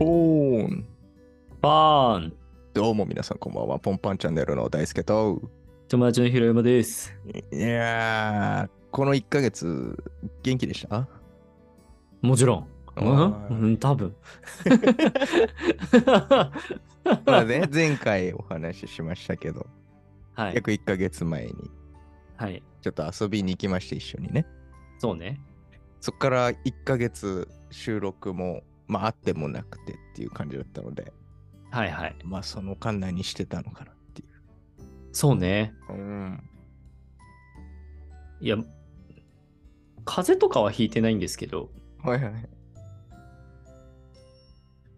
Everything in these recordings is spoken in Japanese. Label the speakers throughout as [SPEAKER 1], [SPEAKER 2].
[SPEAKER 1] おーん
[SPEAKER 2] パーン
[SPEAKER 1] どうも皆さんこんばんは、ポンパンチャンネルの大輔と。
[SPEAKER 2] 友達のひろやまです。
[SPEAKER 1] いやー、この1ヶ月、元気でした
[SPEAKER 2] もちろん。う
[SPEAKER 1] あ
[SPEAKER 2] んうん、多分。
[SPEAKER 1] まあね、前回お話ししましたけど、
[SPEAKER 2] はい。
[SPEAKER 1] 約1ヶ月前に、
[SPEAKER 2] はい。
[SPEAKER 1] ちょっと遊びに行きまして、一緒にね。
[SPEAKER 2] そうね。
[SPEAKER 1] そっから1ヶ月収録も、まああってもなくてっていう感じだったので、
[SPEAKER 2] はいはい。
[SPEAKER 1] まあその間何してたのかなっていう。
[SPEAKER 2] そうね。
[SPEAKER 1] うん。
[SPEAKER 2] いや、風邪とかはひいてないんですけど、
[SPEAKER 1] はいはい。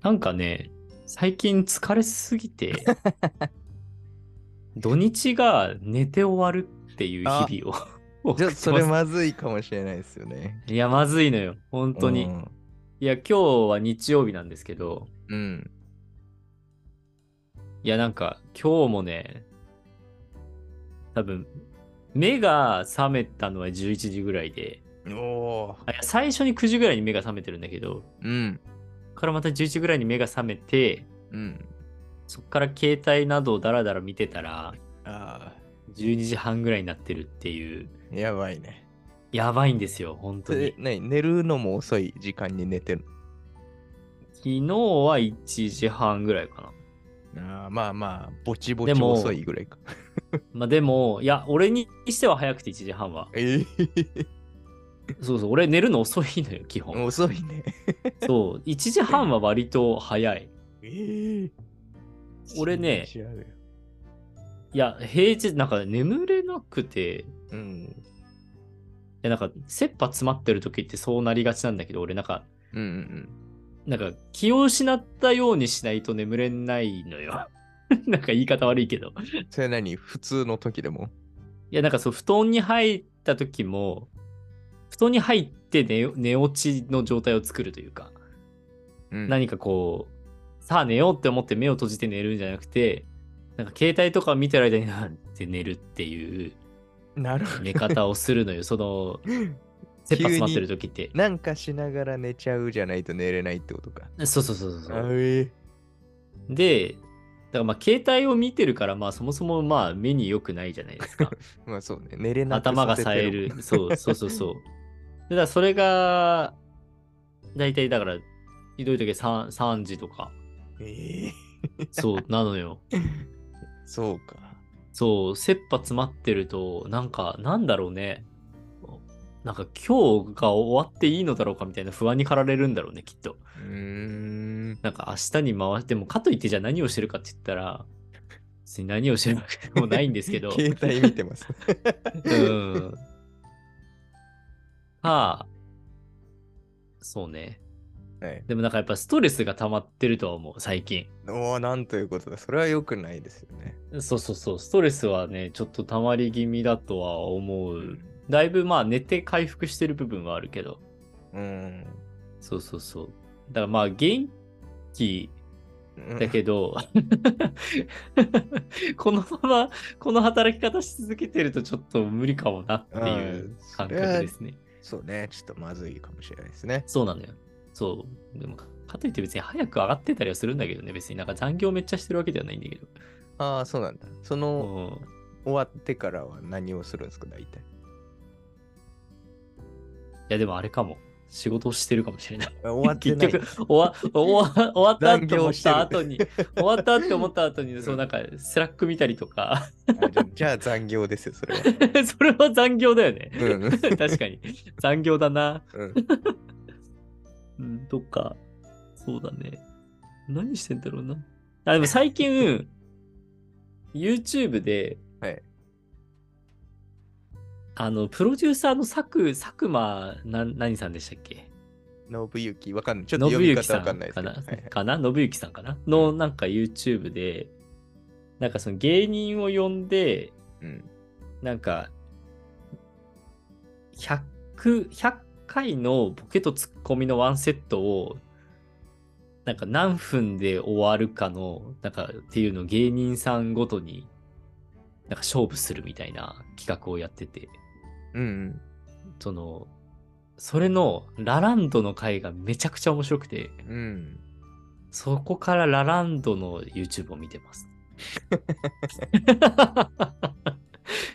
[SPEAKER 2] なんかね、最近疲れす ぎて、土日が寝て終わるっていう日々を
[SPEAKER 1] じ
[SPEAKER 2] 送
[SPEAKER 1] ゃ
[SPEAKER 2] ってま
[SPEAKER 1] あ
[SPEAKER 2] す。
[SPEAKER 1] それまずいかもしれないですよね。
[SPEAKER 2] いや、まずいのよ。本当に。
[SPEAKER 1] うん。
[SPEAKER 2] いや、今日は日曜日なんですけど、
[SPEAKER 1] うん、
[SPEAKER 2] いや、なんか今日もね、多分、目が覚めたのは11時ぐらいで、
[SPEAKER 1] おー。
[SPEAKER 2] あいや最初に9時ぐらいに目が覚めてるんだけど、
[SPEAKER 1] うん。
[SPEAKER 2] そっからまた11時ぐらいに目が覚めて、
[SPEAKER 1] うん。
[SPEAKER 2] そっから携帯などをダラダラ見てたら、
[SPEAKER 1] あ
[SPEAKER 2] 12時半ぐらいになってるっていう、
[SPEAKER 1] あ、やばいね。
[SPEAKER 2] やばいんですよ、本当に
[SPEAKER 1] え。何寝るのも遅い時間に寝てる
[SPEAKER 2] 昨日は1時半ぐらいかな。
[SPEAKER 1] あーまあまあ、ぼちぼ
[SPEAKER 2] で
[SPEAKER 1] ち
[SPEAKER 2] も
[SPEAKER 1] 遅いぐらいか。
[SPEAKER 2] まあでも、いや、俺にしては早くて1時半は。
[SPEAKER 1] えー
[SPEAKER 2] そうそう、俺寝るの遅いのよ、基本。
[SPEAKER 1] 遅いね。
[SPEAKER 2] そう、1時半は割と早い。
[SPEAKER 1] えー
[SPEAKER 2] 俺ね
[SPEAKER 1] 信じられない
[SPEAKER 2] いや、平日、なんか眠れなくて、い
[SPEAKER 1] うん。
[SPEAKER 2] やなんか、切羽詰まってる時ってそうなりがちなんだけど、俺なんか、
[SPEAKER 1] うんうん
[SPEAKER 2] なんか気を失ったようにしないと眠れないのよ。 なんか言い方悪いけど。
[SPEAKER 1] うん。それ何普通の時でも。
[SPEAKER 2] いや、なんかそう、布団に入った時も、布団に入って寝寝落ちの状態を作るというか、
[SPEAKER 1] うん、
[SPEAKER 2] 何かこう、さあ寝ようって思って目を閉じて寝るんじゃなくて、なんか携帯とか見てる間に なんて寝るっていう
[SPEAKER 1] なるほど
[SPEAKER 2] 寝方をするのよ。その、切羽詰まってる時って。
[SPEAKER 1] なんかしながら寝ちゃうじゃないと寝れないってことか。
[SPEAKER 2] そうそうそうそう
[SPEAKER 1] あ
[SPEAKER 2] そう。
[SPEAKER 1] ー
[SPEAKER 2] で、だからまあ携帯を見てるから、まあそもそもまあ目に良くないじゃないですか。
[SPEAKER 1] まあそうね。寝れなく
[SPEAKER 2] 頭が
[SPEAKER 1] さ
[SPEAKER 2] 冴
[SPEAKER 1] せ
[SPEAKER 2] え
[SPEAKER 1] てもん。
[SPEAKER 2] る。そうそうそうそう。でだからそれが、大体だから、ひどい時は 3, 3時とか。
[SPEAKER 1] えー
[SPEAKER 2] そう、なのよ。
[SPEAKER 1] そうか。
[SPEAKER 2] そう、切羽詰まってると、なんか、なんだろうね。なんか今日が終わっていいのだろうかみたいな不安に駆られるんだろうね、きっと。
[SPEAKER 1] うーん。
[SPEAKER 2] なんか明日に回してもかといってじゃあ何をしてるかって言ったら別に何をしてるわけでもないんです けど
[SPEAKER 1] 携帯見て ます。
[SPEAKER 2] うんああそうね
[SPEAKER 1] はい、
[SPEAKER 2] でもなんかやっぱストレスが溜まってるとは思う最近
[SPEAKER 1] おお、なんということだ。それは良くないですよね。
[SPEAKER 2] そうそうそうストレスはねちょっと溜まり気味だとは思うだいぶまあ寝て回復してる部分はあるけど
[SPEAKER 1] うん。
[SPEAKER 2] そうそうそうだからまあ元気
[SPEAKER 1] うん
[SPEAKER 2] だけど、 このまま、この働き方し続けてるとちょっと無理かもなっていう
[SPEAKER 1] あ
[SPEAKER 2] 感
[SPEAKER 1] ー
[SPEAKER 2] 覚ですね。
[SPEAKER 1] そうね、ちょっとまずいかもしれないですね。
[SPEAKER 2] そうなのよ。そう。でも、かといって別に早く上がってたりはするんだけどね。別になんか残業めっちゃしてるわけではないんだけど。
[SPEAKER 1] ああ、そうなんだ。その
[SPEAKER 2] う
[SPEAKER 1] 終
[SPEAKER 2] ん
[SPEAKER 1] わってからは何をするんですか、大体。
[SPEAKER 2] いや、でもあれかも。仕事をしてるかもしれない。
[SPEAKER 1] あ終わって
[SPEAKER 2] 結
[SPEAKER 1] ない。
[SPEAKER 2] 局、終わ 終わ終わった
[SPEAKER 1] 残
[SPEAKER 2] って思
[SPEAKER 1] 業
[SPEAKER 2] っ
[SPEAKER 1] してる
[SPEAKER 2] た後に、 終わったって思った後に、そうなんか、スラック見たりとか、
[SPEAKER 1] あじゃあじゃあ残業ですよ、それは。
[SPEAKER 2] それは残業だよね。
[SPEAKER 1] うんうん
[SPEAKER 2] 確かに。残業だな。
[SPEAKER 1] うん、
[SPEAKER 2] うん、とか、そうだね。何してんだろうな。あ、でも最近、YouTube で、
[SPEAKER 1] はい
[SPEAKER 2] あの、プロデューサーの佐久、佐久間な何さんでしたっけ
[SPEAKER 1] 信行、わかんない。ちょっと
[SPEAKER 2] 信
[SPEAKER 1] 読み
[SPEAKER 2] 行
[SPEAKER 1] 方
[SPEAKER 2] さ
[SPEAKER 1] わか
[SPEAKER 2] ん
[SPEAKER 1] んないです
[SPEAKER 2] か
[SPEAKER 1] けど。
[SPEAKER 2] な
[SPEAKER 1] はいはい
[SPEAKER 2] かな信行さんかなの、なんか YouTube で、なんかその芸人を呼んで、
[SPEAKER 1] うん
[SPEAKER 2] なんか、100、100回のボケとツッコミのワンセットを、なんか何分で終わるかの、なんかっていうのを芸人さんごとに、なんか勝負するみたいな企画をやってて、
[SPEAKER 1] うん
[SPEAKER 2] その、それのラランドの回がめちゃくちゃ面白くて、
[SPEAKER 1] うん。うん。
[SPEAKER 2] そこからラランドの YouTube を見 てます。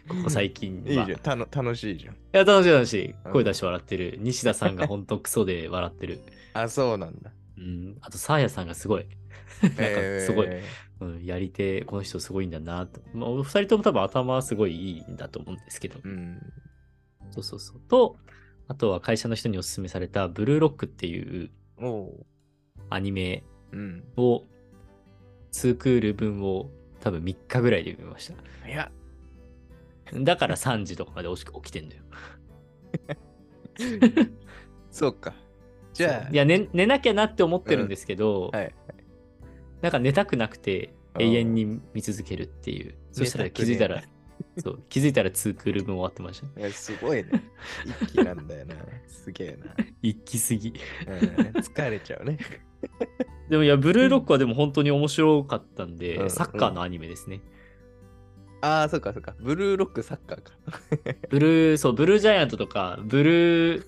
[SPEAKER 2] ここ最近
[SPEAKER 1] いいじゃ
[SPEAKER 2] は
[SPEAKER 1] ん。たの楽しいじゃん。
[SPEAKER 2] いや、楽しい楽しい
[SPEAKER 1] うん。
[SPEAKER 2] 声出して笑っ てる。西田さんが本当クソで笑ってる。
[SPEAKER 1] あ、そうなんだ。
[SPEAKER 2] うん。あと、サーヤさんがすごい。なんかすごい、
[SPEAKER 1] え
[SPEAKER 2] うん、やり手、この人すごいんだなと。まあ、お二人とも多分頭はすごいいいんだと思うんですけど
[SPEAKER 1] ー。うん。
[SPEAKER 2] そうそうそう。と、あとは会社の人にお勧めされたブルーロックっていう
[SPEAKER 1] おう。
[SPEAKER 2] アニメ
[SPEAKER 1] うん。
[SPEAKER 2] を、2クール分を多分3日ぐらいで見ました。
[SPEAKER 1] いや、
[SPEAKER 2] だから3時とかまで起き起きてんだよ。
[SPEAKER 1] そうか。じゃあ、
[SPEAKER 2] いや寝、寝なきゃなって思ってるんですけど、
[SPEAKER 1] はい。
[SPEAKER 2] なんか寝たくなくて
[SPEAKER 1] うん
[SPEAKER 2] 永遠に見続けるっていう。そしたら気づいた ら、そう、気づいたら2クール分終わってました。
[SPEAKER 1] いやすごいね。一気なんだよな。すげえな、
[SPEAKER 2] 一気すぎ。
[SPEAKER 1] うん。疲れちゃうね。
[SPEAKER 2] でもいや、ブルーロックはでも本当に面白かったんで、
[SPEAKER 1] うん
[SPEAKER 2] サッカーのアニメですね。
[SPEAKER 1] ああ、そうかそうか。ブルーロックサッカーか。
[SPEAKER 2] ブルー、そう、ブルージャイアントとか、ブル ー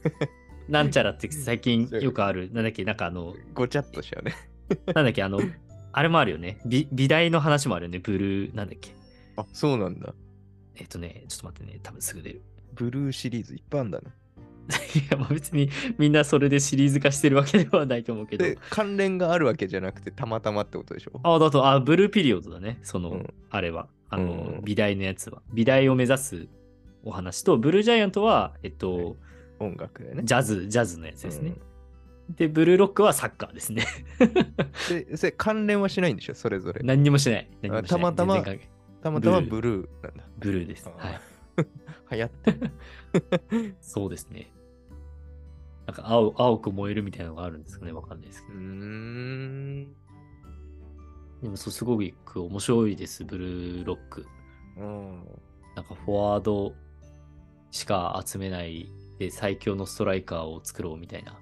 [SPEAKER 2] なんちゃらって最近よくある、なんだっけ、なんかあの、
[SPEAKER 1] ごちゃっとしちゃうね。
[SPEAKER 2] なんだっけ、あの、あれもあるよね。美美大の話もあるよね、ブルー、なんだっけ。
[SPEAKER 1] あ、そうなんだ。
[SPEAKER 2] えっとね、ちょっと待ってね、多分すぐ出る。
[SPEAKER 1] ブルーシリーズいっぱいあんだな。
[SPEAKER 2] いや、まあ別にみんなそれでシリーズ化してるわけではないと思うけど。
[SPEAKER 1] で、関連があるわけじゃなくて、たまたまってことでしょ。
[SPEAKER 2] あ、だと、あ、ブルーピリオドだね。その、
[SPEAKER 1] うん
[SPEAKER 2] あれは。あ
[SPEAKER 1] う
[SPEAKER 2] の
[SPEAKER 1] ん、
[SPEAKER 2] 美大のやつは。美大を目指すお話と、ブルージャイアントは、えっと、
[SPEAKER 1] 音楽でね。
[SPEAKER 2] ジャズ、ジャズのやつですね
[SPEAKER 1] うん。
[SPEAKER 2] で、ブルーロックはサッカーで すね。
[SPEAKER 1] で、それ関連はしないんでしょ、それぞれ。
[SPEAKER 2] 何にもしない。何にもしない
[SPEAKER 1] たまたま
[SPEAKER 2] 全然関係
[SPEAKER 1] たまたま
[SPEAKER 2] ブ
[SPEAKER 1] ブルーなんだ。
[SPEAKER 2] ブルーです。
[SPEAKER 1] あー
[SPEAKER 2] は
[SPEAKER 1] 流
[SPEAKER 2] い。
[SPEAKER 1] 行って
[SPEAKER 2] そうですね。なんか青、青く燃えるみたいなのがあるんですかね。わかんないですけ
[SPEAKER 1] う
[SPEAKER 2] ど
[SPEAKER 1] ー。ん。
[SPEAKER 2] でも、そう、すごく面白いです。ブルーロック。
[SPEAKER 1] うん。
[SPEAKER 2] なんかフォワードしか集めないで最強のストライカーを作ろうみたいな。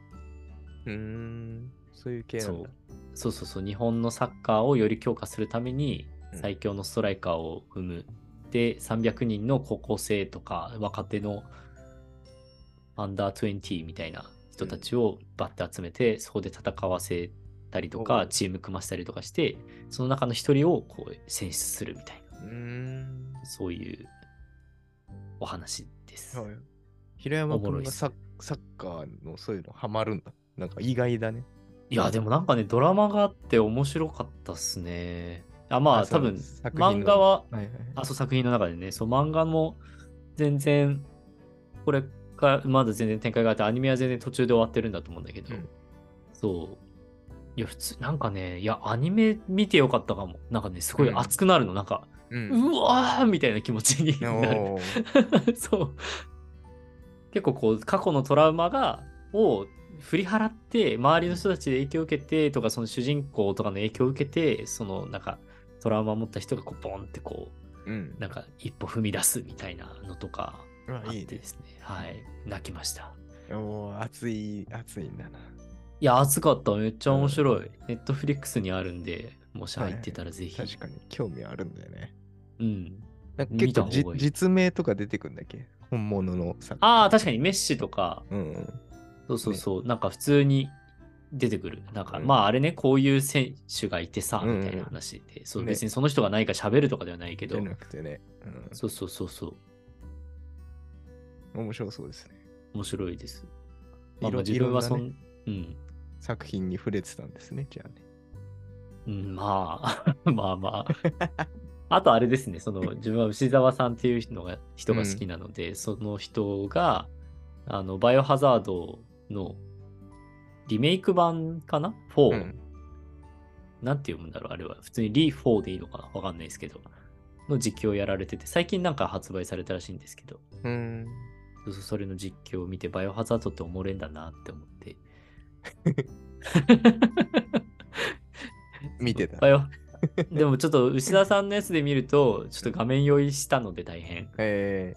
[SPEAKER 1] うーん。そういう系な
[SPEAKER 2] そ
[SPEAKER 1] ん
[SPEAKER 2] う
[SPEAKER 1] だ。
[SPEAKER 2] そうそうそう、日本のサッカーをより強化するために
[SPEAKER 1] うん
[SPEAKER 2] 最強のストライカーを生む。で、300人の高校生とか若手のアンダー20みたいな人たちをバッて集めて、そこで戦わせたりと
[SPEAKER 1] お
[SPEAKER 2] か、
[SPEAKER 1] う
[SPEAKER 2] チーム組ませたりとかして、その中の一人をこう選出するみたいう
[SPEAKER 1] ーん。
[SPEAKER 2] な、そういうお話です。
[SPEAKER 1] はい。平山
[SPEAKER 2] おもろ
[SPEAKER 1] 君
[SPEAKER 2] いっ
[SPEAKER 1] が
[SPEAKER 2] す
[SPEAKER 1] サッサッカーのそういうのハマるんだ。なんか意外だね。
[SPEAKER 2] いや、でもなんかね、ドラマがあって面白かったっすね。あ、まあ、
[SPEAKER 1] あそ
[SPEAKER 2] 多
[SPEAKER 1] う
[SPEAKER 2] 分、
[SPEAKER 1] 作品の
[SPEAKER 2] 漫画は、
[SPEAKER 1] はいはい。
[SPEAKER 2] あ、そう、作品の中でね、そう、漫画も全然、これから、まだ全然展開があって、アニメは全然途中で終わってるんだと思うんだけど、
[SPEAKER 1] うん
[SPEAKER 2] そう。いや、普通、なんかね、いや、アニメ見てよかったかも。なんかね、すごい
[SPEAKER 1] うん
[SPEAKER 2] 熱くなるの、なんか、
[SPEAKER 1] う。
[SPEAKER 2] うんわーみたいな気持ちになる。
[SPEAKER 1] お ー
[SPEAKER 2] そう。結構こう過去のトラウマがを振り払って周りの人たちで影響を受けてとかその主人公とかの影響を受けてそのなんかトラウマを持った人がこうボンってこ
[SPEAKER 1] うん
[SPEAKER 2] う。なんか一歩踏み出すみたいなのとかあ
[SPEAKER 1] あ
[SPEAKER 2] っ
[SPEAKER 1] い
[SPEAKER 2] て
[SPEAKER 1] いね
[SPEAKER 2] で。すねはい泣きました
[SPEAKER 1] おー熱い、熱いんだな。
[SPEAKER 2] いや熱かっためっちゃ面白い、ネットフリックスにあるんでもし入ってたらぜひ、
[SPEAKER 1] 確かに興味あるんだよね。
[SPEAKER 2] うん
[SPEAKER 1] なんか
[SPEAKER 2] 見
[SPEAKER 1] 結
[SPEAKER 2] た
[SPEAKER 1] 構
[SPEAKER 2] 方がいい
[SPEAKER 1] じ実名とか出てくんだっけ本物のサッカー。
[SPEAKER 2] ああ確かにメッシとか
[SPEAKER 1] うんうん。
[SPEAKER 2] そうそうそう、なんか普通に出てくる。なんか、
[SPEAKER 1] うん
[SPEAKER 2] まああれね、こういう選手がいてさ、
[SPEAKER 1] うんうん
[SPEAKER 2] みたいな話で、そう
[SPEAKER 1] ね
[SPEAKER 2] 別にその人が何か喋るとかではないけ
[SPEAKER 1] じ
[SPEAKER 2] ど
[SPEAKER 1] ゃ、なくてね。
[SPEAKER 2] そうそうそうそう、
[SPEAKER 1] うん。面白そうですね。
[SPEAKER 2] 面白いです。まあ、
[SPEAKER 1] い
[SPEAKER 2] ま
[SPEAKER 1] ろ
[SPEAKER 2] あ自分はそ
[SPEAKER 1] いろん
[SPEAKER 2] ん、うん、
[SPEAKER 1] 作品に触れてたんですね、じゃあね。
[SPEAKER 2] うん、まあ、 まあまあ。あとあれですね、その自分は牛沢さんっていう人が人が好きなので、その人が、あの、バイオハザードのリメイク版かな ?4、
[SPEAKER 1] うん
[SPEAKER 2] なんて読むんだろうあれは。普通にリー4でいいのかなわかんないですけど。の実況をやられてて、最近なんか発売されたらしいんですけど、
[SPEAKER 1] うん。
[SPEAKER 2] そうそうそれの実況を見て、バイオハザードっておもれんだなって思って。
[SPEAKER 1] 見てた。
[SPEAKER 2] バイ オでもちょっと牛田さんのやつで見ると、ちょっと画面用意したので大変。
[SPEAKER 1] え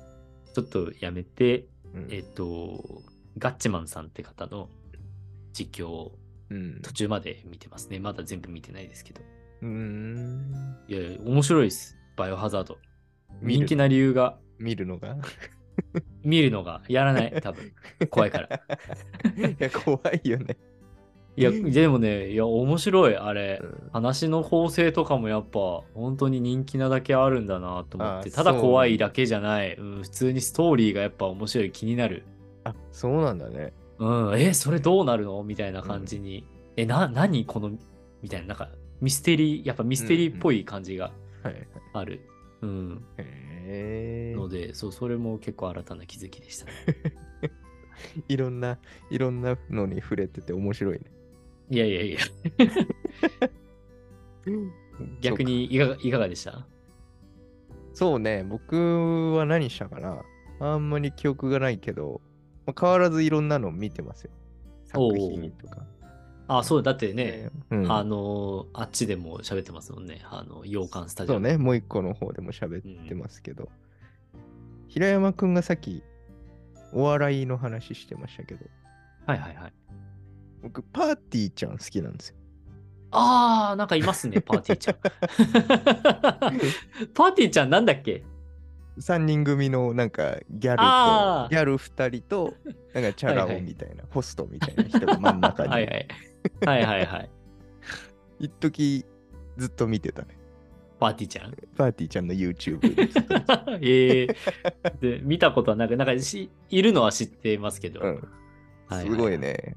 [SPEAKER 2] ちょっとやめて、
[SPEAKER 1] ーうん
[SPEAKER 2] えっ、と、ガッチマンさんって方の実況を
[SPEAKER 1] うん
[SPEAKER 2] 途中まで見てますね。まだ全部見てないですけど。
[SPEAKER 1] うーん。
[SPEAKER 2] いやいや、面白いです。バイオハザード。
[SPEAKER 1] 見る
[SPEAKER 2] 人気な理由が、
[SPEAKER 1] 見るのが
[SPEAKER 2] 見るのがやらない、多分。怖いから。
[SPEAKER 1] いや、怖いよね。
[SPEAKER 2] いや、でもね、いや、面白い、あれ
[SPEAKER 1] う。ん
[SPEAKER 2] 話の構成とかもやっぱ、本当に人気なだけあるんだなと思って、
[SPEAKER 1] あ
[SPEAKER 2] ただ
[SPEAKER 1] そう
[SPEAKER 2] 怖いだけじゃない、うん、普通にストーリーがやっぱ面白い、気になる。
[SPEAKER 1] あそうなんだね。
[SPEAKER 2] うん、え、それどうなるのみたいな感じに。え、な、何この、みたいな、なんか、ミステリー、やっぱミステリーっぽい感じが
[SPEAKER 1] はいはい。
[SPEAKER 2] ある。うん。
[SPEAKER 1] へ
[SPEAKER 2] ので、そう、それも結構新たな気づきでしたね。
[SPEAKER 1] え。いろんな、いろんなのに触れてて面白いね。
[SPEAKER 2] いやいやいや、逆にいかがいかがでした
[SPEAKER 1] そうね、僕は何したかなあんまり記憶がないけど、まあ変わらずいろんなの見てますよ。
[SPEAKER 2] おう
[SPEAKER 1] 作品とか。
[SPEAKER 2] あ、そう、だってね、
[SPEAKER 1] うん、
[SPEAKER 2] あのーあっちでも喋ってますもんね。あの、洋館スタジ
[SPEAKER 1] そ
[SPEAKER 2] オ。
[SPEAKER 1] うね、もう一個の方でも喋ってますけど、平山くんがさっきお笑いの話してましたけど、
[SPEAKER 2] はいはいはい。
[SPEAKER 1] 僕、パーティーちゃん好きなん ですよ。
[SPEAKER 2] あー、なんかいま すね、パーティーちゃん。 パーティーちゃんなんだっけ
[SPEAKER 1] 3人組のなんかギャルと
[SPEAKER 2] あー
[SPEAKER 1] ギャル2人となんかチャラ
[SPEAKER 2] はい
[SPEAKER 1] 男
[SPEAKER 2] はい
[SPEAKER 1] みたいなホストみたいな人が真ん中に
[SPEAKER 2] はいはい。はいはいはい。
[SPEAKER 1] 一時ずっと見てたね
[SPEAKER 2] パーティーちゃん。
[SPEAKER 1] パーティーちゃんの YouTube でずっと見てた
[SPEAKER 2] えー、で、見たことはなく、なんかし、いるのは知ってますけど。
[SPEAKER 1] うん
[SPEAKER 2] はは
[SPEAKER 1] すごい。ね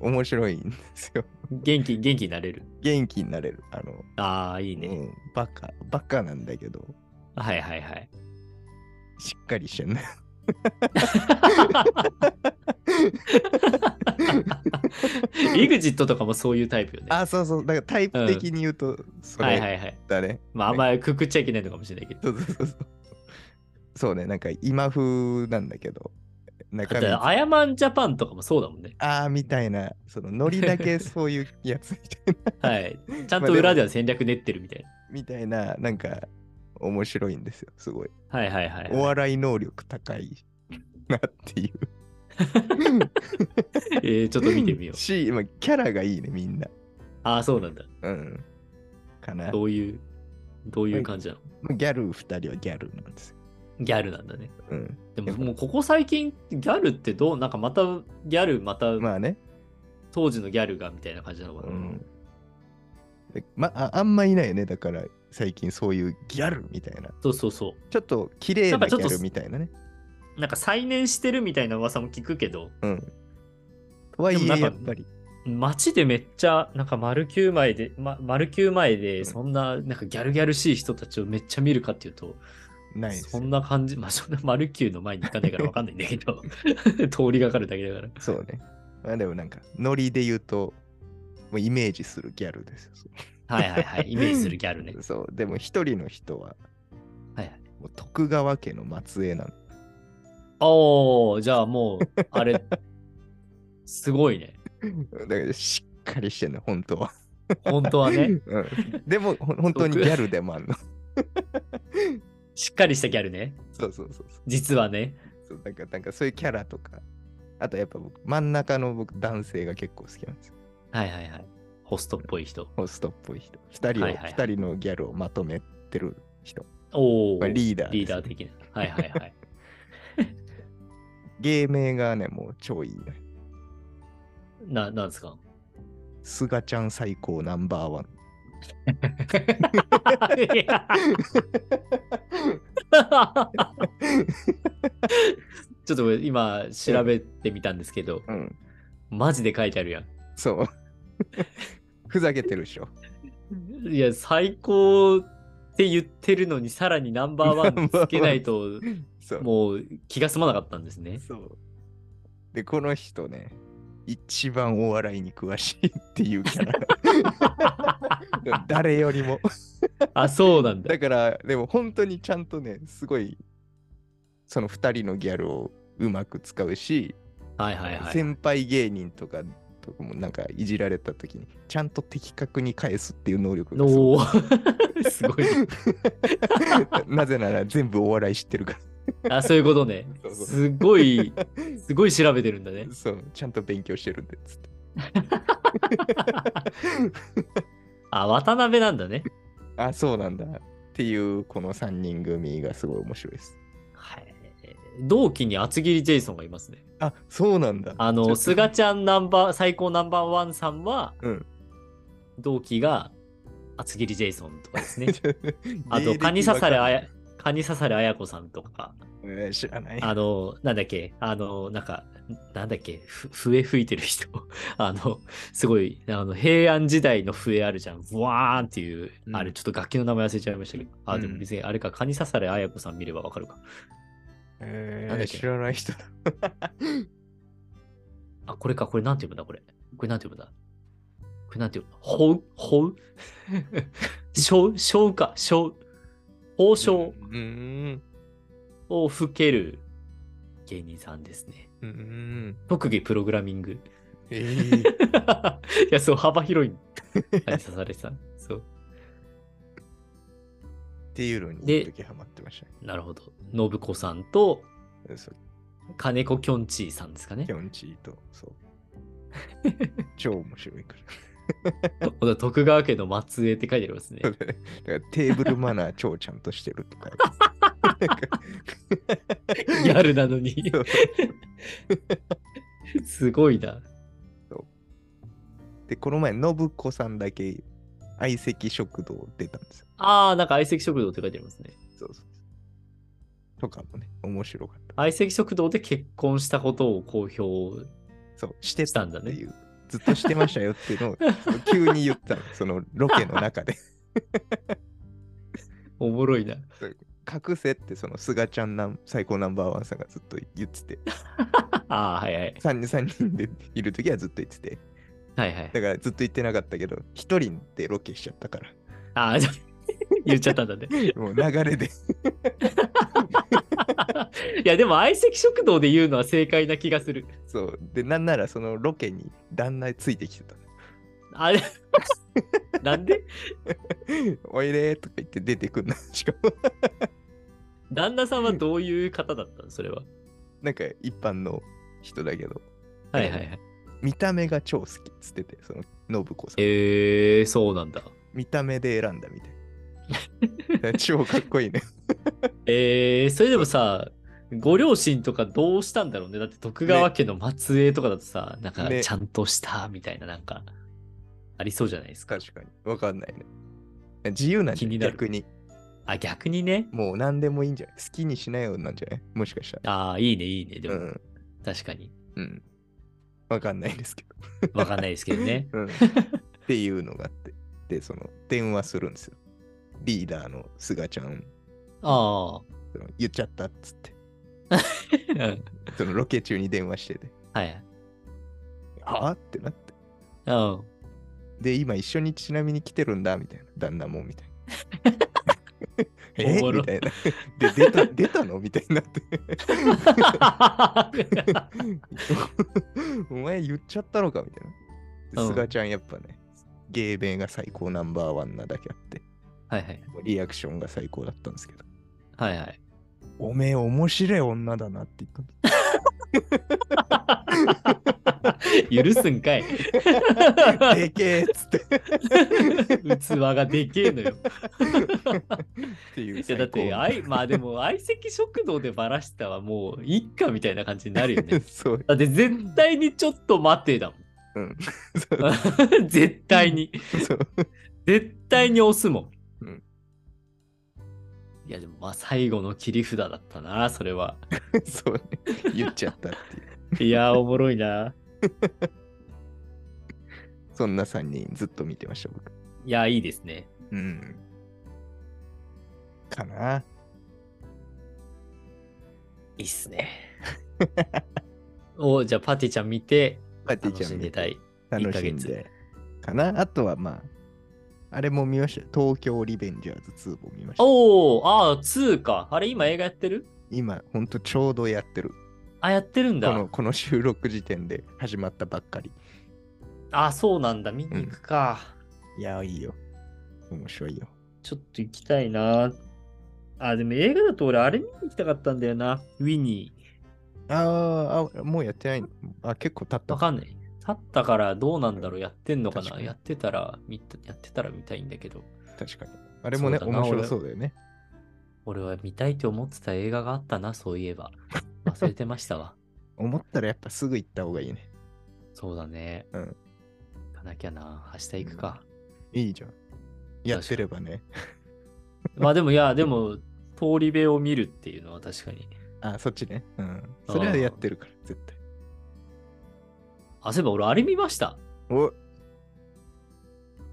[SPEAKER 1] 面白いんですよ
[SPEAKER 2] 元気、元気になれる。
[SPEAKER 1] 元気になれるあの、
[SPEAKER 2] あー、いいね。
[SPEAKER 1] うん、バカバカなんだけど
[SPEAKER 2] はいはいはい。
[SPEAKER 1] しっかりしてんね
[SPEAKER 2] イグジットとかもそういうタイプよね。
[SPEAKER 1] あそうそうだからタイプ的に言うとそ
[SPEAKER 2] はいは
[SPEAKER 1] れ
[SPEAKER 2] いはい。
[SPEAKER 1] だね、
[SPEAKER 2] まあ、あんまりくくっちゃいけないのかもしれないけど。
[SPEAKER 1] そうそうそうそうそうねなんか今風なんだけど中
[SPEAKER 2] だっ
[SPEAKER 1] 身
[SPEAKER 2] て、アヤマンジャパンとかもそうだもんね。
[SPEAKER 1] あーみたいな、そのノリだけそういうやつみたいな、
[SPEAKER 2] はい。ちゃん
[SPEAKER 1] まあ
[SPEAKER 2] と
[SPEAKER 1] でも
[SPEAKER 2] 裏では戦略練ってるみたいな。
[SPEAKER 1] みたいな、なんか面白いんですよ、すごい。
[SPEAKER 2] はいはいはい
[SPEAKER 1] お
[SPEAKER 2] は
[SPEAKER 1] 笑い能力高いなって いう。。
[SPEAKER 2] い。えー、ちょっと見てみよう
[SPEAKER 1] し、まあ、キャラがいいね、みんな。
[SPEAKER 2] ああ、そうなんだ。
[SPEAKER 1] うん。かな。ま
[SPEAKER 2] どういう、どういう感じなの
[SPEAKER 1] あギャル2人はギャルなんですよ。
[SPEAKER 2] ギャルなんだね。
[SPEAKER 1] うん。
[SPEAKER 2] で
[SPEAKER 1] や
[SPEAKER 2] も
[SPEAKER 1] っぱ
[SPEAKER 2] もうここ最近、ギャルってどう、なんかまたギャル、また
[SPEAKER 1] まあね。
[SPEAKER 2] 当時のギャルがみたいな感じなのか
[SPEAKER 1] う
[SPEAKER 2] な。
[SPEAKER 1] ん。でまあ、ああんまいないよね、だから最近そういうギャルみたいな。
[SPEAKER 2] そうそうそ
[SPEAKER 1] ちょっと綺麗
[SPEAKER 2] なん
[SPEAKER 1] な
[SPEAKER 2] か
[SPEAKER 1] ギ
[SPEAKER 2] ちょっと
[SPEAKER 1] ャルみたいなね。
[SPEAKER 2] う。なんか再燃してるみたいな噂も聞くけど、
[SPEAKER 1] うん。とはい
[SPEAKER 2] で
[SPEAKER 1] え、
[SPEAKER 2] もなんか
[SPEAKER 1] やっぱり。
[SPEAKER 2] 街でめっちゃ、なんか丸9枚で、ま、丸9枚
[SPEAKER 1] ん
[SPEAKER 2] で、そんな、なんかギャルギャルしい人たちをめっちゃ見るかっていうと、
[SPEAKER 1] ないですよ
[SPEAKER 2] そんな感じ、まあ、そんな丸9の前に行かないからわかんないんだ けど、通りがかるだけだから。
[SPEAKER 1] そうね。まあでもなんか、ノリで言うと、もうイメージするギャルですよ。そ
[SPEAKER 2] はいはいはい、イメージするギャルね
[SPEAKER 1] う。そうでも一人の人は、
[SPEAKER 2] はいはい
[SPEAKER 1] もう徳川家の末裔なの。
[SPEAKER 2] おー、じゃあもう、あれ、すごいね。
[SPEAKER 1] だからしっかりしてんの、本当は。
[SPEAKER 2] 本当はね、
[SPEAKER 1] うん、でも、ほん本当にギャルでもあるの。
[SPEAKER 2] しっかりしたギャルね。
[SPEAKER 1] そうそうそうそ
[SPEAKER 2] 実はね。
[SPEAKER 1] うそう。なんか、なんかそういうキャラとか。あとやっぱ僕、真ん中の僕、男性が結構好きなんですよ。
[SPEAKER 2] はいはいはい。ホストっぽい人。
[SPEAKER 1] ホストっぽい人。二人を、二、
[SPEAKER 2] はいはいはい
[SPEAKER 1] 人のギャルをまとめてる人。
[SPEAKER 2] おー、
[SPEAKER 1] まあリーダーですね
[SPEAKER 2] リーダー的な。はいはい はい。
[SPEAKER 1] 芸名がね、もう超いいね。
[SPEAKER 2] な、なんです か
[SPEAKER 1] すがちゃん最高ナンバーワン。
[SPEAKER 2] いやちょっと今調べてみたんですけど、
[SPEAKER 1] うん。
[SPEAKER 2] マジで書いてあるやん。
[SPEAKER 1] そう。 ふざけてるでしょ。
[SPEAKER 2] いや、最高って言ってるのに、さらにナンバーワンつけないと、
[SPEAKER 1] そう。
[SPEAKER 2] もう気が済まなかったんですね。
[SPEAKER 1] そうで、この人ね、一番お笑いに詳しいっていうキ ャラ。誰よりも。
[SPEAKER 2] あ、そうなんだ。
[SPEAKER 1] だから、でも本当にちゃんとね、すごい、その2人のギャルをうまく使うし、
[SPEAKER 2] はいはいはい。
[SPEAKER 1] 先輩芸人とか、とかもなんかいじられた時にちゃんと的確に返すっていう能力がすごい
[SPEAKER 2] おー すごい。
[SPEAKER 1] なぜなら全部お笑い知ってるから
[SPEAKER 2] あ、そういうことね
[SPEAKER 1] そう。そう
[SPEAKER 2] すごい、 すごい調べてるんだね。
[SPEAKER 1] そうちゃんと勉強してるんでつって
[SPEAKER 2] あ、渡辺なんだね。
[SPEAKER 1] あ、そうなんだ。っていう、この3人組がすごい面白いです。
[SPEAKER 2] はい。同期に厚切りジェイソンがいますね。
[SPEAKER 1] あ、そうなんだ。
[SPEAKER 2] あ
[SPEAKER 1] ちょ
[SPEAKER 2] の、
[SPEAKER 1] っと
[SPEAKER 2] すがちゃんナンバー、最高ナンバーワンさんは、
[SPEAKER 1] うん。
[SPEAKER 2] 同期が厚切りジェイソンとかですね あ
[SPEAKER 1] 芸
[SPEAKER 2] と、
[SPEAKER 1] 歴
[SPEAKER 2] カニ刺されあ
[SPEAKER 1] わかんな
[SPEAKER 2] や
[SPEAKER 1] い、
[SPEAKER 2] カニ刺されあやこさんとか、
[SPEAKER 1] えー知らない。
[SPEAKER 2] あの、なんだっけ、あの、なんか、なんだっけ、ふ笛吹いてる人。 あの、すごい、あの、平安時代の笛あるじゃん。ブワーンっていう、
[SPEAKER 1] うん
[SPEAKER 2] あれ、ちょっと楽器の名前忘れちゃいましたけど。あ、で
[SPEAKER 1] う
[SPEAKER 2] も
[SPEAKER 1] ん
[SPEAKER 2] 別に、あれか、カニ刺されあやこさん見ればわかるか。
[SPEAKER 1] え
[SPEAKER 2] なんだ
[SPEAKER 1] ー、
[SPEAKER 2] っけ
[SPEAKER 1] 知らない人だ。
[SPEAKER 2] あ、これか、これなんて読むんだ、これ。これなんて読むんだ。これなんて読むんだ。ほうほう しょう、しょうか、しょう。宝章
[SPEAKER 1] うーん。
[SPEAKER 2] を吹ける芸人さんですね。
[SPEAKER 1] うーん。
[SPEAKER 2] 特技プログラミング。
[SPEAKER 1] えー
[SPEAKER 2] いや、そう、幅広い。はい刺されてた。そう。
[SPEAKER 1] っていうのに、
[SPEAKER 2] で
[SPEAKER 1] 一時ハマってましたね。
[SPEAKER 2] なるほど。信子さんと、
[SPEAKER 1] そう
[SPEAKER 2] 金子きょんちぃさんですかね
[SPEAKER 1] き。ょんちぃと、そう。 超面白いから。
[SPEAKER 2] ほら徳川家の末裔って書いてありますね。
[SPEAKER 1] だからテーブルマナー超ちゃんとしてるとか。なんか
[SPEAKER 2] ギャルなのに。
[SPEAKER 1] そう
[SPEAKER 2] すごいな。
[SPEAKER 1] で、この前、信子さんだけ相席食堂出たんですよ。
[SPEAKER 2] あー、なんか相席食堂って書いてありますね。
[SPEAKER 1] そうそうそう。とかもね、面白かった。
[SPEAKER 2] 相席食堂で結婚したことを公表
[SPEAKER 1] そう、して
[SPEAKER 2] した
[SPEAKER 1] た
[SPEAKER 2] んだ
[SPEAKER 1] って
[SPEAKER 2] ね
[SPEAKER 1] い。う、ずっとしてましたよっていうのを急に言ったの、そのロケの中 で。
[SPEAKER 2] おもろいな。
[SPEAKER 1] 隠せって、その菅ちゃんなん最高ナンバーワンさんがずっと言ってて、
[SPEAKER 2] あー、はいはい。
[SPEAKER 1] 3人三人でいるときはずっと言ってて、
[SPEAKER 2] はいはい
[SPEAKER 1] だ。からずっと言ってなかったけど、1人でロケしちゃった から。
[SPEAKER 2] あー、じゃあ言っちゃったん だね。
[SPEAKER 1] もう流れで。
[SPEAKER 2] いや、でも相席食堂で言うのは正解な気がする。
[SPEAKER 1] そう。で、なんならそのロケに旦那ついてきてた。
[SPEAKER 2] あれ なんで
[SPEAKER 1] おいでーとか言って出てくんな。 しかも、
[SPEAKER 2] 旦那さんはどういう方だったのそれは。
[SPEAKER 1] なんか一般の人だけど、
[SPEAKER 2] はいはいはい。
[SPEAKER 1] 見た目が超好きっつってて、その信子さん。
[SPEAKER 2] えー、そうなんだ。
[SPEAKER 1] 見た目で選んだみたいな。だか ら超かっこいいね。
[SPEAKER 2] えー、それでもさ、ご両親とかどうしたんだろうね。だって徳川家の末裔とかだとさ、なんか
[SPEAKER 1] ね
[SPEAKER 2] ちゃんとしたみたいな、なんか、ありそうじゃないですか。
[SPEAKER 1] 確かに。わかんないね。自由なんじゃ
[SPEAKER 2] 気
[SPEAKER 1] ない
[SPEAKER 2] になる
[SPEAKER 1] 逆に。
[SPEAKER 2] あ、逆にね。
[SPEAKER 1] もう何でもいいんじゃない好きにしなよなんじゃないもしかしたら。
[SPEAKER 2] ああ、いいね、いいね。でも、
[SPEAKER 1] うん。
[SPEAKER 2] 確かに。
[SPEAKER 1] うん。わかんないですけど。。
[SPEAKER 2] わかんないですけどね
[SPEAKER 1] うん、っていうのがあって。で、その、電話するんですよ。リーダーの菅ちゃん、
[SPEAKER 2] ああ。
[SPEAKER 1] その言っちゃったっつって。
[SPEAKER 2] うん
[SPEAKER 1] そのロケ中に電話し てて。
[SPEAKER 2] はい。
[SPEAKER 1] はあってなって。
[SPEAKER 2] うん。
[SPEAKER 1] で、今一緒にちなみに来てるんだ、みたいな。旦那も、みたいな。え
[SPEAKER 2] おもろ
[SPEAKER 1] みたいな。で、出 た、出たのみたいになって。 お前言っちゃったのかみたいな。で
[SPEAKER 2] うん
[SPEAKER 1] 菅ちゃんやっぱね、芸名が最高ナンバーワンなだけあって、
[SPEAKER 2] はいはい。
[SPEAKER 1] リアクションが最高だったんですけど、
[SPEAKER 2] はいはい。
[SPEAKER 1] おめえ面白い女だなって言ったんです
[SPEAKER 2] 許すん かい。
[SPEAKER 1] でけえっつって。
[SPEAKER 2] 器がでけえ のよ。
[SPEAKER 1] っていう
[SPEAKER 2] いやだ
[SPEAKER 1] 最高。
[SPEAKER 2] って、あいまあでも、相席食堂でバラしたはもう、いっかみたいな感じになるよね
[SPEAKER 1] そう、
[SPEAKER 2] だって、絶対にちょっと待てだも
[SPEAKER 1] そ
[SPEAKER 2] ん。 絶対に。
[SPEAKER 1] う、そう。
[SPEAKER 2] 絶対に押すもん。
[SPEAKER 1] うん
[SPEAKER 2] いや、でも、まあ、最後の切り札だったな、それは。
[SPEAKER 1] そうね。言っちゃったっていう。
[SPEAKER 2] いや、おもろいな。
[SPEAKER 1] そんな3人ずっと見てました、僕。
[SPEAKER 2] いや、いいですね。
[SPEAKER 1] うん。かな。
[SPEAKER 2] いいっすね。おじゃあ、パティちゃん見て、
[SPEAKER 1] パティ
[SPEAKER 2] 楽
[SPEAKER 1] ちゃ
[SPEAKER 2] し
[SPEAKER 1] ん
[SPEAKER 2] ん
[SPEAKER 1] 見
[SPEAKER 2] で
[SPEAKER 1] て
[SPEAKER 2] たい。
[SPEAKER 1] 楽しん
[SPEAKER 2] 1
[SPEAKER 1] でかなあとはまああれも見ましたよ東京リベンジャーズ2も見ました
[SPEAKER 2] おお、ああ、2か。あれ、今映画やってる
[SPEAKER 1] 今ほんとちょうどやってる
[SPEAKER 2] あ、やってるん
[SPEAKER 1] この
[SPEAKER 2] だ。
[SPEAKER 1] この収録時点で始まったばっかり
[SPEAKER 2] あ、そうなんだ。見に行くか。
[SPEAKER 1] いやいいよ面白いよ
[SPEAKER 2] ちょっと行きたいな。あ、でも映画だと俺、あれ見に行きたかったんだよな。ウィニ
[SPEAKER 1] あーあもうやってないあ結構経っ
[SPEAKER 2] ー。
[SPEAKER 1] た
[SPEAKER 2] わかんない。立ったからどうなんだろうやってんのか
[SPEAKER 1] 確
[SPEAKER 2] な
[SPEAKER 1] かに
[SPEAKER 2] やってたら見た、やってたら見たいんだけど。
[SPEAKER 1] 確かにあれもね
[SPEAKER 2] そうだな
[SPEAKER 1] 面白そうだよね
[SPEAKER 2] 俺は見たいと思ってた映画があったな、そういえば。忘れてまし たわ。
[SPEAKER 1] 思ったらやっぱすぐ行った方がいいね。
[SPEAKER 2] そうだね。
[SPEAKER 1] うん
[SPEAKER 2] 行かなきゃな。明日行くか。
[SPEAKER 1] いいじゃん。やってればね。
[SPEAKER 2] まあでも、いや、でも、通り部を見るっていうのは確かに。
[SPEAKER 1] あ、そっちね。うん。それはやってるから、絶対。
[SPEAKER 2] あ、そういえば俺、あれ見ました。
[SPEAKER 1] お、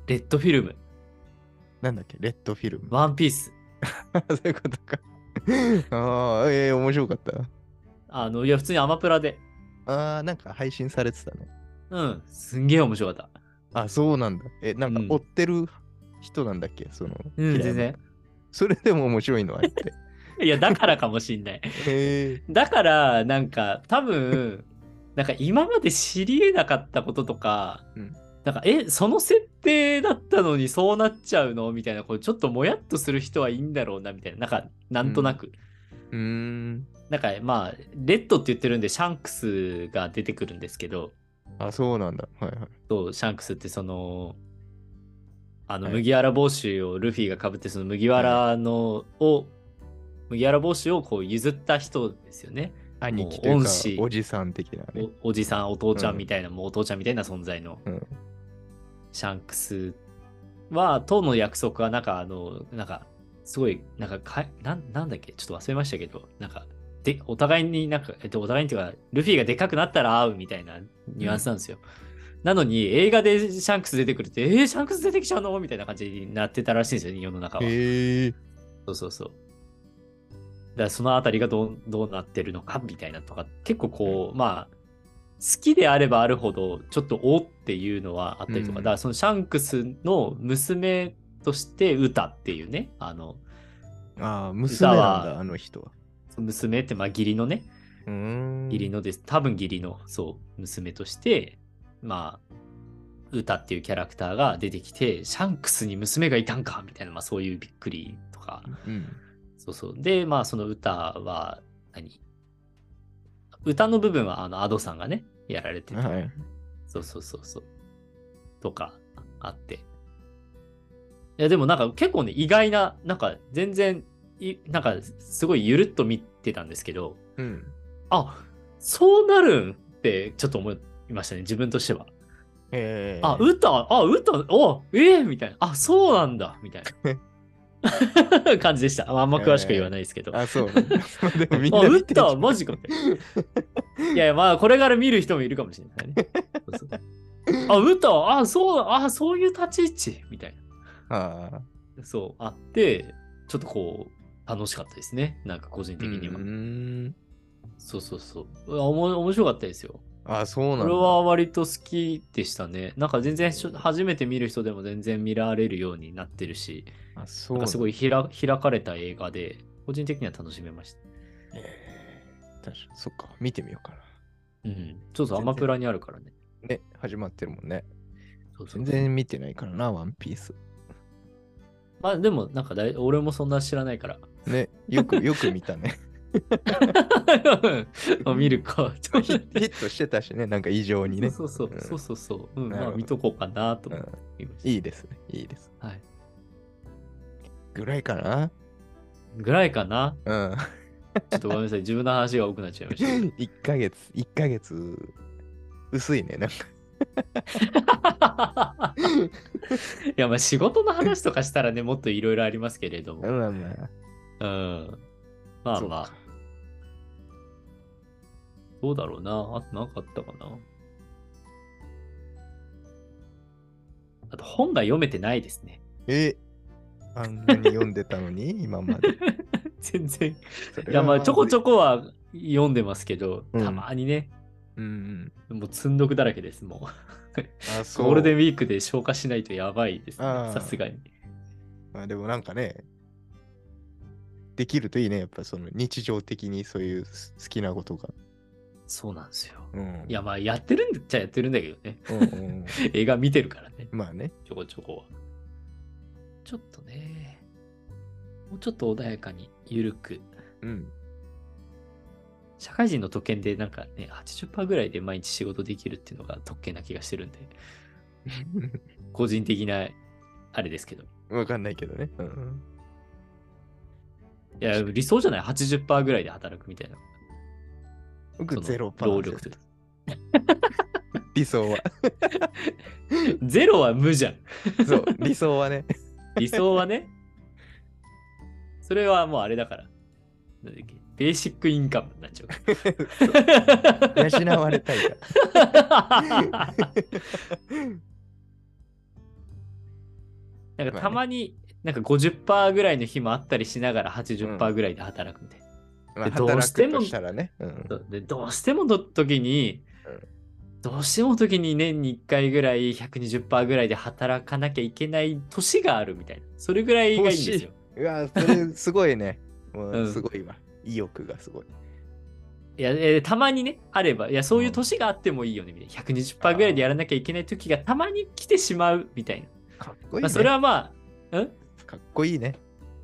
[SPEAKER 2] レッドフィルム。
[SPEAKER 1] なんだっけ、レッドフィルム。
[SPEAKER 2] ワンピース。
[SPEAKER 1] そういうことか。 ああ、ええ面白かった。
[SPEAKER 2] あの、いや、普通にアマプラで。
[SPEAKER 1] ああ、なんか配信されてたね。
[SPEAKER 2] うん。すんげえ面白かった。
[SPEAKER 1] あ、そうなんだ。え、なんか
[SPEAKER 2] うん
[SPEAKER 1] 追ってる人なんだっけ、その。
[SPEAKER 2] うん、
[SPEAKER 1] 平
[SPEAKER 2] 全
[SPEAKER 1] 山
[SPEAKER 2] 然。
[SPEAKER 1] それでも面白いのあれ って。
[SPEAKER 2] いや、だからかもしんない。
[SPEAKER 1] へ え。
[SPEAKER 2] だから、なんか、多分、なんか今まで知り得なかったこととか、
[SPEAKER 1] うん
[SPEAKER 2] なんか、え、その設定だったのにそうなっちゃうのみたいな、こうちょっともやっとする人はいいんだろうな、みたいな、なんか、なんとなく。
[SPEAKER 1] うーん。
[SPEAKER 2] なんか、まあ、レッドって言ってるんで、シャンクスが出てくるんですけど、
[SPEAKER 1] あ、そうなんだ。はいはい。
[SPEAKER 2] そうシャンクスってその、あの、
[SPEAKER 1] はい
[SPEAKER 2] 麦わら帽子をルフィが被って、その麦わらの、を、麦わら帽子をこう譲った人ですよね。
[SPEAKER 1] 兄貴という
[SPEAKER 2] 恩
[SPEAKER 1] か
[SPEAKER 2] 師、
[SPEAKER 1] おじさん的なね。
[SPEAKER 2] おおじさんお父ちゃ
[SPEAKER 1] うん
[SPEAKER 2] んみたいな、もうお父ちゃんみたいな存在の、
[SPEAKER 1] うん
[SPEAKER 2] シャンクスはとの約束はなんかあのなんかすごいなんかかなんなんだっけちょっと忘れましたけどなんかでお互いになんか、えっと、お互いにっていうかルフィがでかくなったら会うみたいなニュアンスなんですよ、なのに映画でシャンクス出てくるってえー、シャンクス出てきちゃうのみたいな感じになってたらしいんですよね世の中は、
[SPEAKER 1] へえ。
[SPEAKER 2] そうそうそう。だからそのあたりがどうどうなってるのかみたいなとか、結構こう、まあ、好きであればあるほど、ちょっとおっていうのはあったりとか、
[SPEAKER 1] うん
[SPEAKER 2] だからそのシャンクスの娘として歌っていうね、あの、
[SPEAKER 1] ああ、娘なんだ、あの人は。
[SPEAKER 2] 娘って、まあ、義理のね、
[SPEAKER 1] うーん。
[SPEAKER 2] 義理のです。多分義理の、そう、娘として、まあ、歌っていうキャラクターが出てきて、シャンクスに娘がいたんかみたいな、まあそういうびっくりとか、
[SPEAKER 1] うん。
[SPEAKER 2] そうそう。で、まあ、その歌は何、歌の部分は、あの、アドさんがね、やられてて、
[SPEAKER 1] はい。
[SPEAKER 2] そうそうそうそう。とか、あって。いや、でもなんか結構ね、意外な、なんか全然、いなんかすごいゆるっと見てたんですけど、
[SPEAKER 1] うん。
[SPEAKER 2] あ、そうなるんってちょっと思いましたね、自分としては。
[SPEAKER 1] ええ。
[SPEAKER 2] あ、歌、あ、歌、おええみたいな。あ、そうなんだみたい な感じでした。あんま詳しくは言わないですけど。
[SPEAKER 1] あ、そう なんだ。でもみん
[SPEAKER 2] あ、
[SPEAKER 1] な
[SPEAKER 2] 打っ
[SPEAKER 1] 見てる
[SPEAKER 2] たマジかって。いやいや、まあ、これから見る人もいるかもしれないね。そう そうあ、打ったあ、そう、あ、そういう立ち位置みたい
[SPEAKER 1] あ
[SPEAKER 2] な。そう、あって、ちょっとこう、楽しかったですね。なんか個人
[SPEAKER 1] ー
[SPEAKER 2] 的には
[SPEAKER 1] う。ーん
[SPEAKER 2] そうそうそう。あおも面白かったですよ。
[SPEAKER 1] あ、そうなんだ。
[SPEAKER 2] これは割と好きでしたね。なんか全然しょ初めて見る人でも全然見られるようになってるし、
[SPEAKER 1] あ、そ
[SPEAKER 2] な
[SPEAKER 1] うんなん
[SPEAKER 2] か
[SPEAKER 1] だ
[SPEAKER 2] すごいひら開かれた映画で、個人的には楽しめました。
[SPEAKER 1] えー確かそっか、見てみようか
[SPEAKER 2] うん。ちょっとアマプラにあるからね。
[SPEAKER 1] な。ね、始まってるもんね。
[SPEAKER 2] そうそう
[SPEAKER 1] 全然見てないからな、ワンピース。
[SPEAKER 2] まあでも、なんかだい、俺もそんな知らないから。
[SPEAKER 1] ね、よ く、よく見たね。
[SPEAKER 2] あ見るか。
[SPEAKER 1] ヒッヒットしてたしね、なんか異常にね。
[SPEAKER 2] そうそう
[SPEAKER 1] うん
[SPEAKER 2] そうそうそう。うん、
[SPEAKER 1] なるほ
[SPEAKER 2] まあ
[SPEAKER 1] ど
[SPEAKER 2] 見とこうかなと思って見ました
[SPEAKER 1] いいですね、いいです。
[SPEAKER 2] はい。
[SPEAKER 1] ぐらいかな
[SPEAKER 2] ぐらいかな。
[SPEAKER 1] うん。
[SPEAKER 2] ちょっとごめんなさい。自分の話が多くなっちゃいましたけど。
[SPEAKER 1] 1ヶ月、1ヶ月、薄いね、なんか。
[SPEAKER 2] いや、まあ仕事の話とかしたらね、もっといろいろありますけれども。
[SPEAKER 1] まあま
[SPEAKER 2] うん。ま
[SPEAKER 1] あ。
[SPEAKER 2] あ
[SPEAKER 1] そう
[SPEAKER 2] まあ
[SPEAKER 1] か、
[SPEAKER 2] どうだろうな。あとなんかあったかな。あと本が読めてないですね。
[SPEAKER 1] えあんなに読んでたのに、 今まで。
[SPEAKER 2] 全然。
[SPEAKER 1] そ
[SPEAKER 2] い
[SPEAKER 1] れ
[SPEAKER 2] や
[SPEAKER 1] は
[SPEAKER 2] まあちょこちょ
[SPEAKER 1] こ。
[SPEAKER 2] こは読んでますけど、
[SPEAKER 1] うん
[SPEAKER 2] たまにね、
[SPEAKER 1] うんうん。
[SPEAKER 2] もう積んどくだらけです、も
[SPEAKER 1] あ、
[SPEAKER 2] う。
[SPEAKER 1] そう。
[SPEAKER 2] ゴールデンウィークで消化しないとやばいですね、
[SPEAKER 1] あー
[SPEAKER 2] さすがに。
[SPEAKER 1] まあでもなんかね、できるといいね、やっぱその日常的にそういうす好きなことが。
[SPEAKER 2] そうなんですよ。
[SPEAKER 1] うん。
[SPEAKER 2] いやまあやってるんっちゃやってるんだけどね、
[SPEAKER 1] うんうん、
[SPEAKER 2] 映画見てるからね、
[SPEAKER 1] まあね、
[SPEAKER 2] ちょこちょこは。ちょっとね、もうちょっと穏やかに、ゆるく。
[SPEAKER 1] うん。
[SPEAKER 2] 社会人の特権でなんかね、80%ぐらいで毎日仕事できるっていうのが特権な気がしてるんで、個人的なあれですけど。
[SPEAKER 1] わかんないけどね。うん、
[SPEAKER 2] いや、理想じゃない ?80% ぐらいで働くみたいな。そ
[SPEAKER 1] 僕
[SPEAKER 2] の
[SPEAKER 1] ゼロパーセ
[SPEAKER 2] 労
[SPEAKER 1] ント
[SPEAKER 2] 力というか
[SPEAKER 1] 理想は。
[SPEAKER 2] ゼロは無じゃん。
[SPEAKER 1] そう、理想は ね。
[SPEAKER 2] 理想はね。それはもうあれだから。なんだっけベーシックインカムになっちゃうか
[SPEAKER 1] そう
[SPEAKER 2] ら。
[SPEAKER 1] 養われ たいから。
[SPEAKER 2] なんかたまに、なんか50%ぐらいの日もあったりしながら80%ぐらいで働くみたいな。
[SPEAKER 1] ま
[SPEAKER 2] で
[SPEAKER 1] あ、
[SPEAKER 2] どう
[SPEAKER 1] 働
[SPEAKER 2] して
[SPEAKER 1] く
[SPEAKER 2] も
[SPEAKER 1] としたらね。うん、
[SPEAKER 2] でどうしてもの時に、
[SPEAKER 1] うん
[SPEAKER 2] どうしてもの時に年に1回ぐらい120%ぐらいで働かなきゃいけない年があるみたいな。それぐらいがいいんですよ。
[SPEAKER 1] うわ、それすごい ね。も
[SPEAKER 2] う
[SPEAKER 1] うんすごいわ。意欲がすごい。
[SPEAKER 2] いや、えーたまにね、あれば、いや、そういう年があってもいいよね、みたいな。120%ぐらいでやらなきゃいけない時がたまに来てしまうみたいな。
[SPEAKER 1] かっこいい、ね
[SPEAKER 2] まあ、それはまあ、ん
[SPEAKER 1] かっこいいね。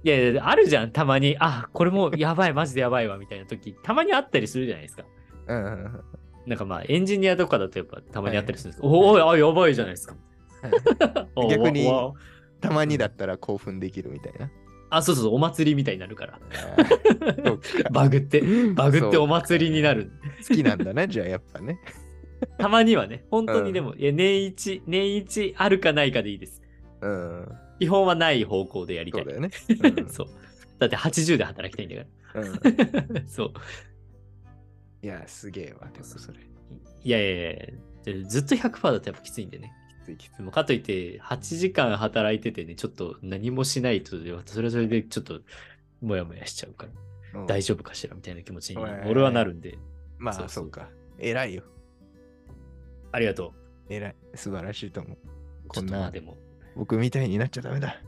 [SPEAKER 2] いやいや、あるじゃん、たまに。あ、これ もうやばい、マジでやばいわ、みたいな時、たまにあったりするじゃないですか。
[SPEAKER 1] うんうんうん。
[SPEAKER 2] なんかまあ、エンジニアとかだとやっぱたまにあったりするんですけど、
[SPEAKER 1] はい
[SPEAKER 2] おいおい、あ、やばいじゃないですか。 お
[SPEAKER 1] 逆に
[SPEAKER 2] おお
[SPEAKER 1] たまにだったら興奮できるみたいな。
[SPEAKER 2] あ、そうそうそう、お祭りみたいになるから。
[SPEAKER 1] あーそうか
[SPEAKER 2] バ グって、 バグっ
[SPEAKER 1] そう
[SPEAKER 2] て
[SPEAKER 1] か
[SPEAKER 2] お祭りになる。
[SPEAKER 1] 好きなんだね、じゃあやっぱね。
[SPEAKER 2] たまにはね、本当にでも、いや、年一、年一あるかないかでいいです。
[SPEAKER 1] うん。
[SPEAKER 2] 基本はない方向でやりた
[SPEAKER 1] そ。
[SPEAKER 2] いう
[SPEAKER 1] だよね。うん
[SPEAKER 2] そう。だって80で働きたいんだか
[SPEAKER 1] うん
[SPEAKER 2] ら。 そう。
[SPEAKER 1] いや、すげえわ。でもそれ。
[SPEAKER 2] いやいやいやいやでずっと100%だとやっぱきついんでね。
[SPEAKER 1] きついきつい
[SPEAKER 2] でもかといって、8時間働いててね、ちょっと何もしないと、それはそれでちょっと、もやもやしちゃうから、
[SPEAKER 1] うん
[SPEAKER 2] 大丈夫かしらみたいな気持ちに
[SPEAKER 1] おいおいおい
[SPEAKER 2] 俺はなるんで、
[SPEAKER 1] ま
[SPEAKER 2] そう
[SPEAKER 1] あ、
[SPEAKER 2] そう
[SPEAKER 1] そうか。偉いよ。
[SPEAKER 2] ありがと
[SPEAKER 1] 偉い。素晴らしいと思う。
[SPEAKER 2] う。
[SPEAKER 1] こん
[SPEAKER 2] ちょっとま
[SPEAKER 1] な
[SPEAKER 2] あでも。
[SPEAKER 1] 僕みたいになっちゃダメだ。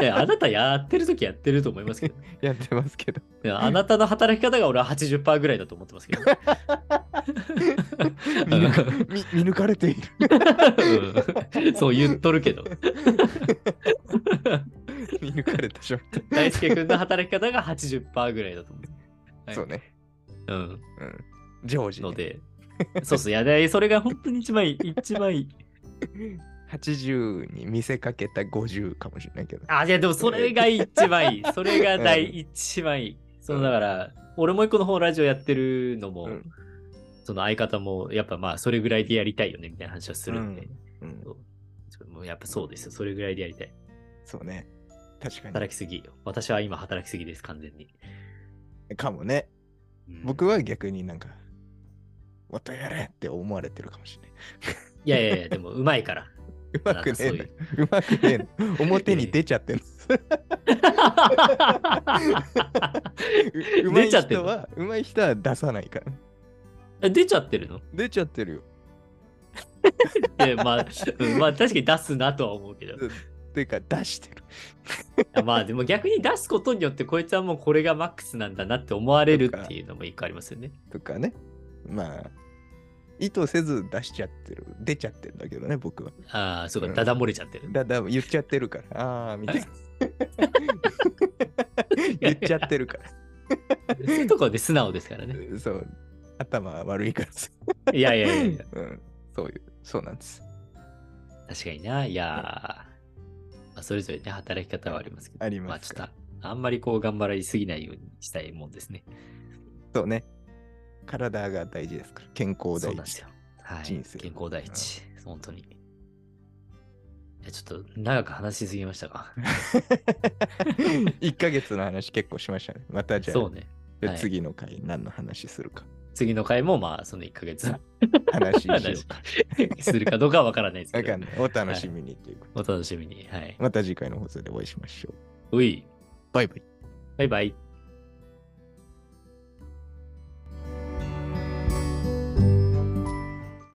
[SPEAKER 2] いや、あなたやってるときやってると思います けど、
[SPEAKER 1] やってますけど。
[SPEAKER 2] いやあなたの働き方が俺は80%ぐらいだと思っ てますけど。
[SPEAKER 1] 見抜か見見抜かれている。
[SPEAKER 2] うんそう言っとるけど。
[SPEAKER 1] 見抜かれてしまった。
[SPEAKER 2] 大輔君の働き方が80%ぐらいだと思う。はい
[SPEAKER 1] そうね。
[SPEAKER 2] うん。
[SPEAKER 1] うん。ジョージね、
[SPEAKER 2] ので、 そうそう、いやで、それが本当に一番いい、一番いい。
[SPEAKER 1] 80に見せかけた50かもしれないけど。
[SPEAKER 2] あ、いや、でもそれが一番いい。 それが第
[SPEAKER 1] うん
[SPEAKER 2] 一番いい。そのだから、俺もう一個の方ラジオやってるのも、
[SPEAKER 1] うん
[SPEAKER 2] その相方も、やっぱまあ、それぐらいでやりたいよね、みたいな話をするんで。
[SPEAKER 1] うん、
[SPEAKER 2] そうもうやっぱそうですよ。それぐらいでやりたい。
[SPEAKER 1] そうね。確か
[SPEAKER 2] 働きすぎ。私は今働きすぎです、完全に。
[SPEAKER 1] に。かもね。
[SPEAKER 2] うん
[SPEAKER 1] 僕は逆になんか、もっとやれって思われてるかもしれ ない。
[SPEAKER 2] いやい やいや、でもうまいから。
[SPEAKER 1] うまくねえ
[SPEAKER 2] あな
[SPEAKER 1] な。うまくねえな。表に出ちゃってる。ううまい
[SPEAKER 2] 出ちゃってんの
[SPEAKER 1] 人は、うまい人は出さないから。
[SPEAKER 2] え出ちゃってるの
[SPEAKER 1] 出ちゃってるよ。
[SPEAKER 2] で、まあ、うんまあ確かに出すなとは思うけど。
[SPEAKER 1] ていうか、出してる。
[SPEAKER 2] まあでも逆に出すことによってこいつはもうこれがマックスなんだなって思われるっていうのも一個ありますよね。
[SPEAKER 1] とかね。まあ、意図せず出しちゃってる。出ちゃってるんだけどね、僕は。
[SPEAKER 2] ああ、そうか、
[SPEAKER 1] うん
[SPEAKER 2] ダダ漏れちゃっ てる。
[SPEAKER 1] だだ言っちゃってるから。ああ、み たいな。 言っちゃってるから。
[SPEAKER 2] そういうところで素直ですからね。
[SPEAKER 1] そう。頭悪いからさ。
[SPEAKER 2] いやいやいや いや、
[SPEAKER 1] うん。そういう、そうなんです。
[SPEAKER 2] 確かにな。いやー、まあ、それぞれね、働き方はありますけど、
[SPEAKER 1] あり
[SPEAKER 2] まあ
[SPEAKER 1] ます
[SPEAKER 2] ち
[SPEAKER 1] か
[SPEAKER 2] ょっと、あんまりこう頑張りすぎないようにしたいもんですね。
[SPEAKER 1] そうね。体が大事ですから。健康
[SPEAKER 2] そう
[SPEAKER 1] 大
[SPEAKER 2] なんです
[SPEAKER 1] 事。
[SPEAKER 2] よ。はい、
[SPEAKER 1] 人生
[SPEAKER 2] 健康第一、本当に。いやちょっと長く話しすぎましたか。
[SPEAKER 1] 1ヶ月の話結構しましたね。またじゃあ、
[SPEAKER 2] そうね。
[SPEAKER 1] じゃあ
[SPEAKER 2] はい
[SPEAKER 1] 次の回何の話するか。
[SPEAKER 2] 次の回もまあその1ヶ月
[SPEAKER 1] 話しよう
[SPEAKER 2] するかどうかはわからないですけ
[SPEAKER 1] わ
[SPEAKER 2] ど
[SPEAKER 1] かんない。お楽しみにということで
[SPEAKER 2] お楽しみに。はい。
[SPEAKER 1] また次回の放送でお会いしましょう。
[SPEAKER 2] うい、
[SPEAKER 1] バイバイ。
[SPEAKER 2] バイバイ。